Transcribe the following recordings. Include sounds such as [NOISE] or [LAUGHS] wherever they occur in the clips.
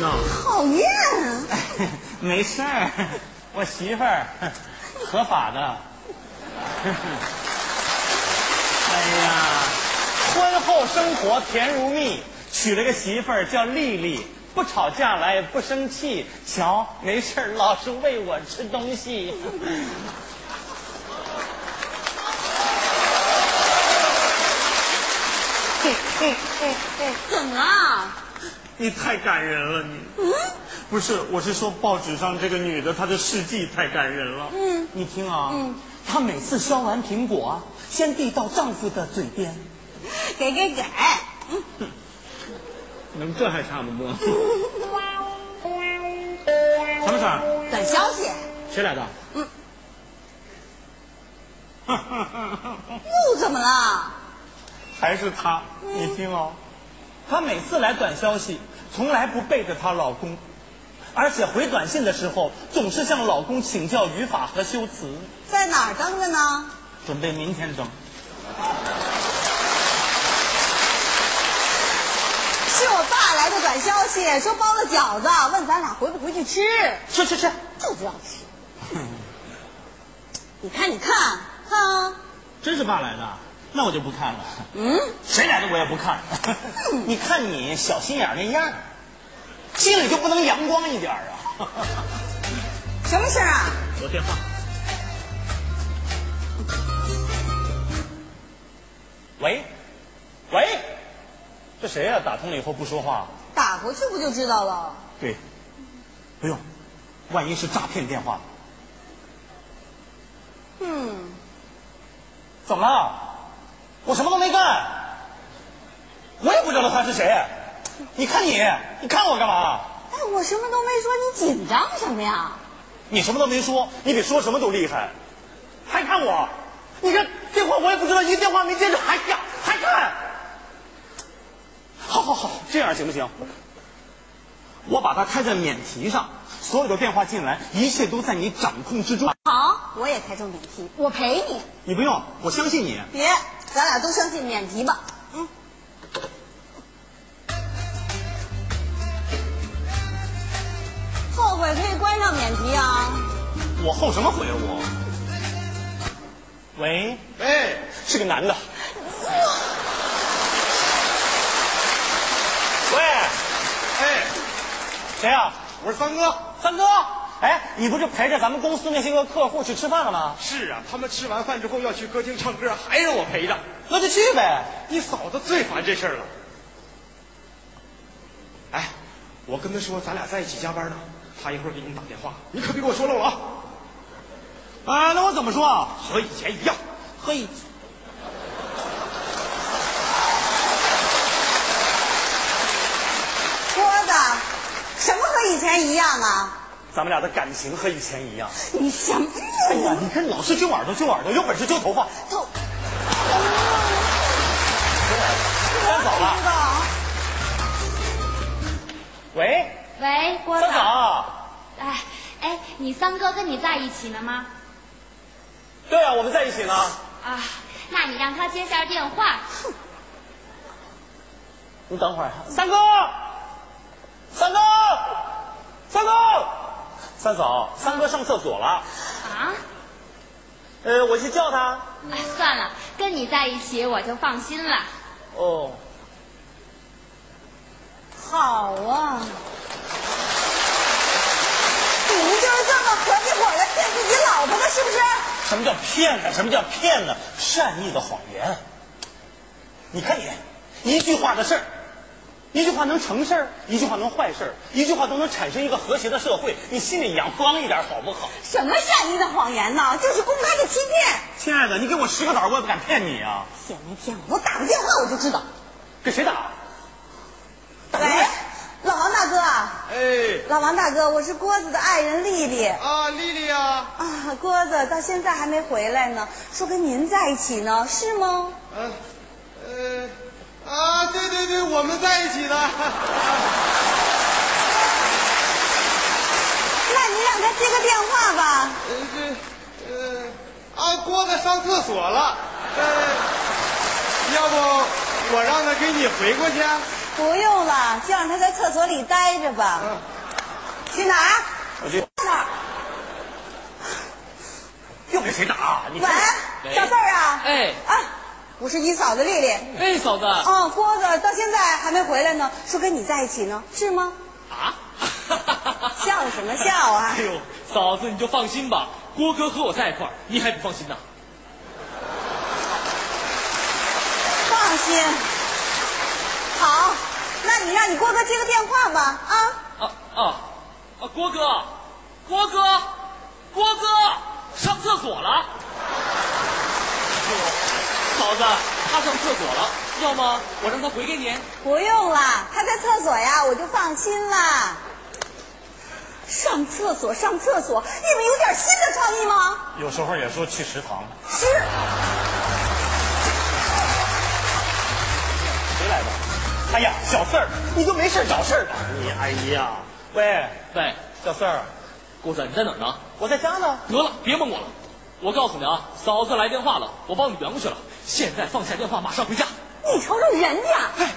呐！讨厌啊！ [LAUGHS] 没事儿，我媳妇儿合法的。 [LAUGHS] 哎呀，婚后生活甜如蜜，娶了个媳妇儿叫丽丽，不吵架来，不生气，瞧没事儿老是喂我吃东西。怎么了？ [LAUGHS] 你太感人了，你嗯，不是，我是说报纸上这个女的她的事迹太感人了。嗯，你听啊，嗯，她每次削完苹果啊，先递到丈夫的嘴边。给给嗯给！能这还差不 [LAUGHS] 多？什么事儿？短消息，谁来的？嗯，嗯，又怎么了？ [LAUGHS] 还是她。嗯你听哦，她每次来短消息，从来不背着她老公，而且回短信的时候总是向老公请教语法和修辞，在哪儿登着呢？准备明天整。是我爸来的短消息，说包了饺子，问咱俩回不回去吃，吃吃吃，就知道吃。 [LAUGHS] 你看，你看，看啊，真是爸来的，那我就不看了。嗯，谁来的我也不 [LAUGHS] 看。你看你小心眼儿那样儿，心里就不能阳光一点儿啊？什么事儿啊？有电话。喂，喂，这谁呀、打通了以后不说话。打过去不就知道了？对，不用，万一是诈骗电话呢，嗯，怎么了？我什么都没干，我也不知道他是谁。你看你，你看我干嘛？哎，我什么都没说，你紧张什么呀？你什么都没说，你比说什么都厉害，还看我？你看电话我也不知道，一个电话没接着，哎呀，还看？好好好，这样行不行？我把它开在免提上，所有的电话进来，一切都在你掌控之中。好，我也开中免提，我陪你。你不用，我相信你。别，咱俩都相信免提吧。嗯，后悔可以关上免提啊。我后什么悔啊我？喂，喂，是个男的。喂，哎，谁啊呀、我是三哥。三哥，哎，你不是陪着咱们公司那些个客户去吃饭了吗？是啊，他们吃完饭之后要去歌厅唱歌，还让我陪着。那就去呗。你嫂子最烦这事儿了。哎，我跟她说咱俩在一起加班呢，她一会儿给你打电话，你可别给我说漏了啊，啊，那我怎么说啊？和以前一样。嘿，郭子，什么和以前一样啊？咱们俩的感情和以前一样。你什么哎呀？呀，你看老是揪耳朵揪耳朵，有本事揪头发。都三嫂啊知了，道。喂，喂，郭三总。嫂。啊哎哎，你三哥跟你在一起呢吗？对啊，我们在一起呢。啊，那你让他接下电话。你等会儿，啊三哥，三哥，三哥，三嫂，三哥上厕所了。啊？呃，我去叫他。哎，算了，跟你在一起我就放心了。哦，好啊！你们就是这么合起伙来骗自己老婆的，是不是？什么叫骗呢？什么叫骗呢？善意的谎言。你看你，一句话的事儿，一句话能成事儿，一句话能坏事儿，一句话都能产生一个和谐的社会。你心里阳光一点好不好？什么善意的谎言呢？就是公开的欺骗！亲爱的，你给我十个胆儿，我也不敢骗你啊！骗没骗我？我打个电话我就知道。给谁打？喂，哎老王大哥啊，哎，老王大哥，我是郭子的爱人丽丽啊。啊，丽丽啊，郭子到现在还没回来呢，说跟您在一起呢，是吗？嗯、呃，啊，对对对，我们在一起呢。那你让他接个电话吧。呃，这，呃，啊，郭子上厕所了。呃，要不我让他给你回过去？不用了，就让他在厕所里待着吧。啊，去哪儿？我去，哪儿？又给谁打啊？你喂，小四儿啊？哎啊，我是你嫂子丽丽。哎，嫂子啊，啊，郭子到现在还没回来呢，说跟你在一起呢，是吗？啊 [LAUGHS] 笑什么笑啊哎呦，嫂子你就放心吧，郭哥和我在一块儿，你还不放心呐？放心。好，那你让你郭哥接个电话吧，啊。啊啊啊！郭哥，郭哥，郭哥，上厕所了。 [LAUGHS] 哎呦嫂子，他上厕所了，要么我让他回给你。不用啦，他在厕所呀，我就放心啦。上厕所，上厕所，你们有点新的创意吗？有时候也说去食堂，是，谁来的？哎呀，小四儿，你就没事儿找事儿吧？你哎呀，喂，喂，小四儿，郭子，你在哪儿呢？我在家呢。得了，别蒙我了。我告诉你啊，嫂子来电话了，我帮你圆过去了。现在放下电话，马上回家。你瞅瞅人家，哎，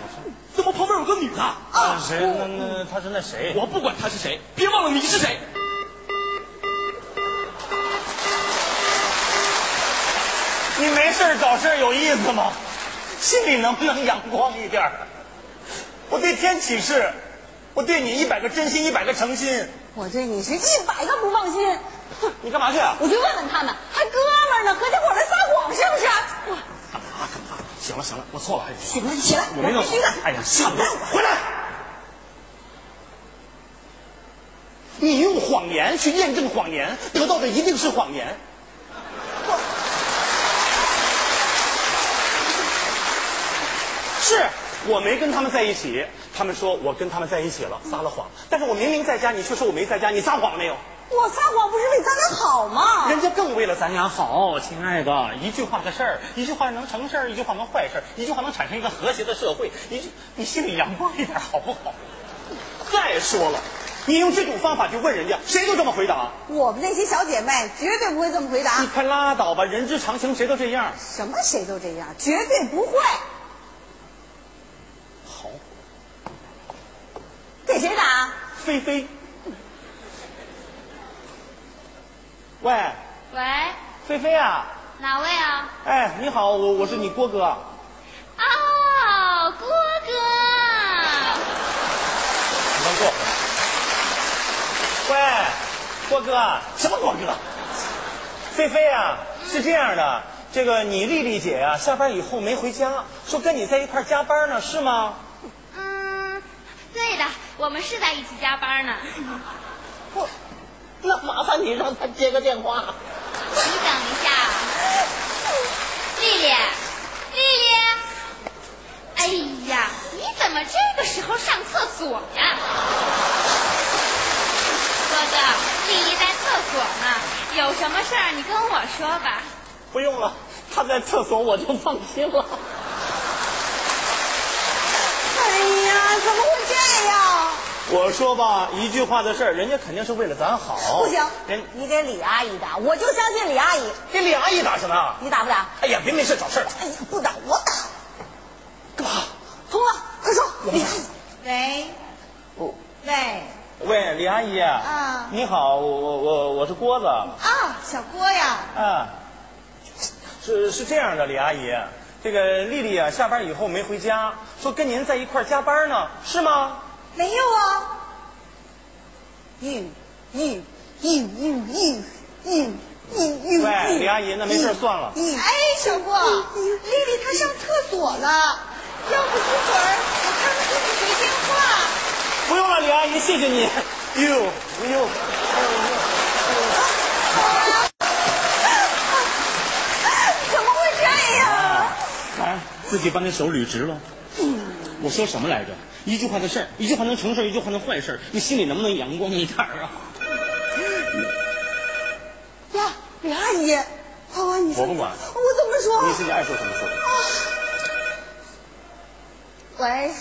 怎么旁边有个女的？啊，谁？那那他是那谁？我不管她是谁，别忘了你是谁。你没事儿找事儿有意思吗？心里能不能阳光一点儿？我对天起誓，我对你一百个真心，一百个诚心。我对你是一百个不放心。哼，你干嘛去？啊我就问问他们，还哥们儿呢，合起伙来撒谎是行不是？我了行了，我错了。哎呀行了，你起来，我我啊没弄必须的。哎呀，下来，回来！你用谎言去验证谎言，得到的一定是谎言。是我没跟他们在一起，他们说我跟他们在一起了，撒了谎。但是我明明在家，你却说我没在家，你撒谎没有？我撒谎不是为咱俩好吗？人家更为了咱俩好，亲爱的，一句话的事儿，一句话能成事儿，一句话能坏事儿，一句话能产生一个和谐的社会，一句你心里阳光一点好不好？再说了，你用这种方法去问人家，谁都这么回答，啊我们这些小姐妹绝对不会这么回答你，快拉倒吧，人之常情，谁都这样。什么谁都这样，绝对不会。好，给谁打？菲菲，喂，喂，菲菲啊，哪位啊？哎，你好，我我是你郭哥，哦，郭哥，你先坐。喂，郭哥，什么郭哥？菲菲啊，是这样的，这个你丽丽姐啊，下班以后没回家，说跟你在一块儿加班呢，是吗？嗯，对的，我们是在一起加班呢。不，那麻烦你让她接个电话。你等一下，丽丽，丽丽，哎呀，你怎么这个时候上厕所呀？哥哥，丽丽在厕所呢，有什么事儿你跟我说吧。不用了，她在厕所，我就放心了。哎呀，怎么会这样？我说吧，一句话的事儿，人家肯定是为了咱好。不行，人你给李阿姨打，我就相信李阿姨。给李阿姨打什么？你打不打？哎呀，别没事找事儿了。哎呀，不打我打。干嘛？通了，快说，李阿姨。哦喂，我喂，喂，李阿姨，啊你好，我我我我是郭子。啊，小郭呀，啊，是是这样的，李阿姨，这个丽丽啊，下班以后没回家，说跟您在一块儿加班呢，是吗？没有啊。嗯嗯嗯嗯嗯嗯嗯嗯。喂李阿姨那没事算了哎，小郭，丽丽她上厕所了，要不一会儿我看看给你回电话。不用了，李阿姨，谢谢你。哟哟，啊怎么会这样？来，哎自己把那手捋直了。我说什么来着？一句话的事儿，一句话能成事儿，一句话能坏事儿，你心里能不能阳光一点儿啊？呀，李阿姨，花花，你说我不管我怎么说？你自己爱说什么说什么。喂，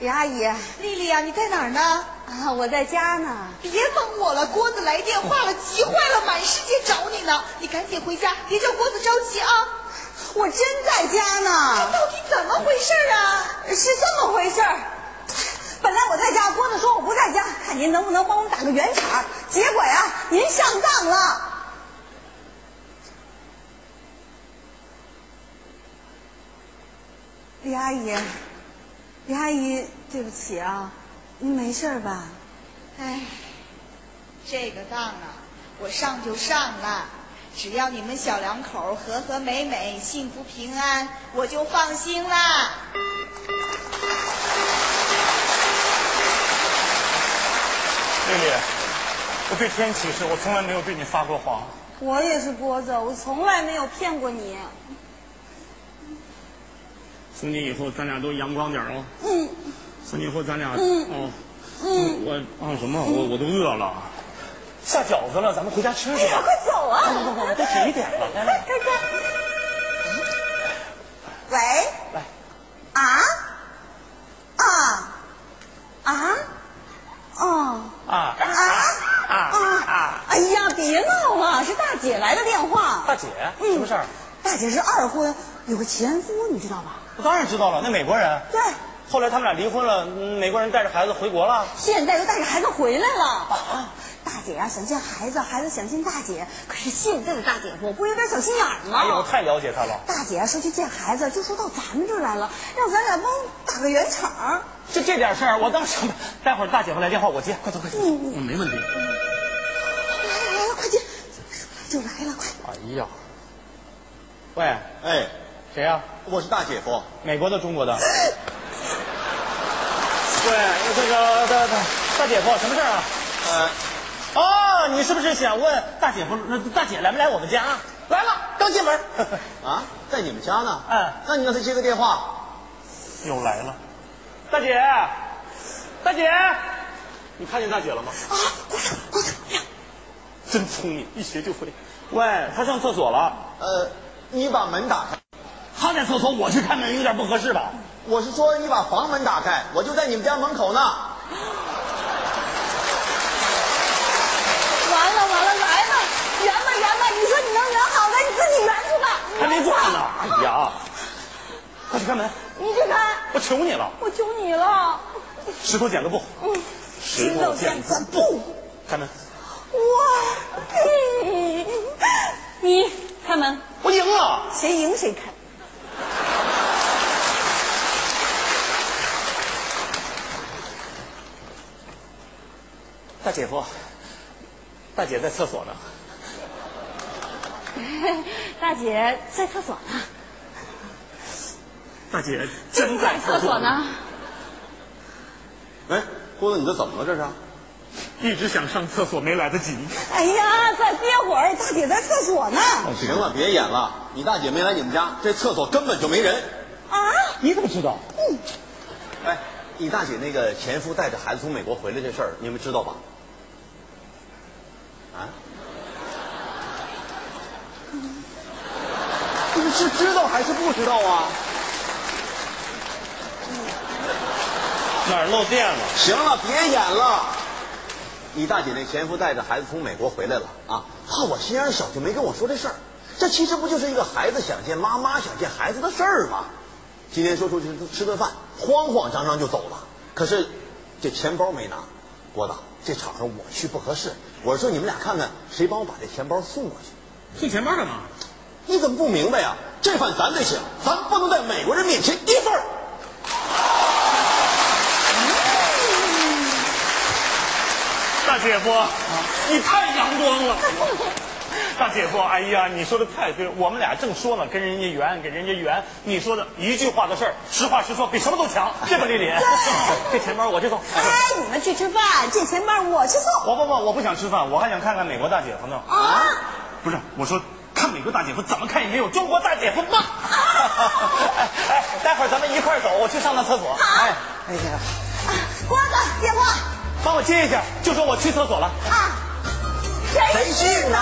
李阿姨，丽丽呀、你在哪儿呢？啊，我在家呢。别蒙我了，郭子来电话了，急坏了，满世界找你呢。你赶紧回家，别叫郭子着急啊！我真在家呢。到底怎么回事啊？是这么回事儿，本来我在家，郭子说我不在家，看您能不能帮我们打个圆场。结果呀，您上当了。李阿姨，李阿姨，对不起啊，您没事儿吧？哎，这个当啊，我上就上了。只要你们小两口和和美美、幸福平安，我就放心啦。丽丽，我对天起誓，我从来没有对你撒过谎。我也是郭子，我从来没有骗过你。从今以后，咱俩都阳光点儿哦。嗯，从今以后，咱俩嗯哦，嗯我啊什么，我我都饿了，下饺子了，咱们回家吃哎去呀，吧。快走啊！不不不不都十一点嗯了来来来 [LAUGHS] 快快！喂，来，啊啊啊！哦啊啊啊啊！哎呀，别闹了，是大姐来的电话。嗯大姐，什么事儿？大姐是二婚，有个前夫，你知道吧？我当然知道了，那美国人。对，后来他们俩离婚了，嗯美国人带着孩子回国了。现在又带着孩子回来了。大姐呀、想见孩子，孩子想见大姐，可是现在的大姐夫不有点小心眼儿吗？哎呦，我太了解他了。大姐说去见孩子，就说到咱们这儿来了，让咱俩帮打个圆场。就这点事儿，我当时 [LAUGHS] 待会儿大姐夫来电话，我接，快走快走，嗯我没问题。来来来，快进，就来了，快！哎呀，喂，哎，谁啊呀、我是大姐夫， [LAUGHS] 美国的，中 [LAUGHS] 国的？喂，这个大大大姐夫，什么事儿啊？呃，哦，你是不是想问大姐夫？那大姐来没来我们家？啊来了，刚 [LAUGHS] 进门。啊，在你们家呢。嗯那你让他接个电话。又来了，大姐，大姐，你看见大姐 [LAUGHS] 了吗？啊，郭子，郭子，真聪明，一学就会。喂，她上厕所了，呃，你把门打开。她在厕所，我去开门，有点不合适吧？我是说你把房门打开，我就在你们家门口呢。完了完了，来吧，圆吧圆吧，你说你能圆好的，你自己圆去吧。还没挂呢，哎呀， [LAUGHS] 快去开门，你去开，我求你了，我求你了。石头剪子布，嗯，石头剪子布，开门，哇，嗯你开门，我赢了。谁赢谁开。大姐夫，大姐在厕所呢。 [LAUGHS] 大姐在厕所呢，大姐真在厕所？呢。哎，郭子，你这怎么了？这是？一直想上厕所没来得及。哎呀，再憋会儿，大姐在厕所呢。行了，别演了。你大姐没来你们家，这厕所根本就没人。啊，你怎么知道？哎，你大姐那个前夫带着孩子从美国回来这事儿，你们知道吧？啊？你们是知道还是不知道啊？哪儿漏电了？行了，别演了。你大姐那前夫带着孩子从美国回来了啊，怕我心眼小就没跟我说这事儿。这其实不就是一个孩子想见妈妈、想见孩子的事儿吗？今天说出去吃顿饭，慌慌张张就走了。可是这钱包没拿，郭导，这场合我去不合适。我说你们俩看看谁帮我把这钱包送过去。送钱包干嘛？你怎么不明白呀、这饭咱得请，咱不能在美国人面前一份儿。大姐夫，你太阳光了。大姐夫，哎呀，你说的太对，我们俩正说呢，跟人家圆，给人家圆。你说的一句话的事儿，实话实说，比什么都强，对吧，丽丽？ [LAUGHS] 这钱包我去送。哎，你们去吃饭，这钱包我去送。我不不，我不想吃饭，我还想看看美国大姐夫呢。啊，不是，我说看美国大姐夫怎么看也没有中国大姐夫棒。 [LAUGHS] 哎哎，待会儿咱们一块儿走，我去上趟厕所。哎哎呀，郭啊子电话帮我接一下，就说我去厕所了。啊，谁信呢？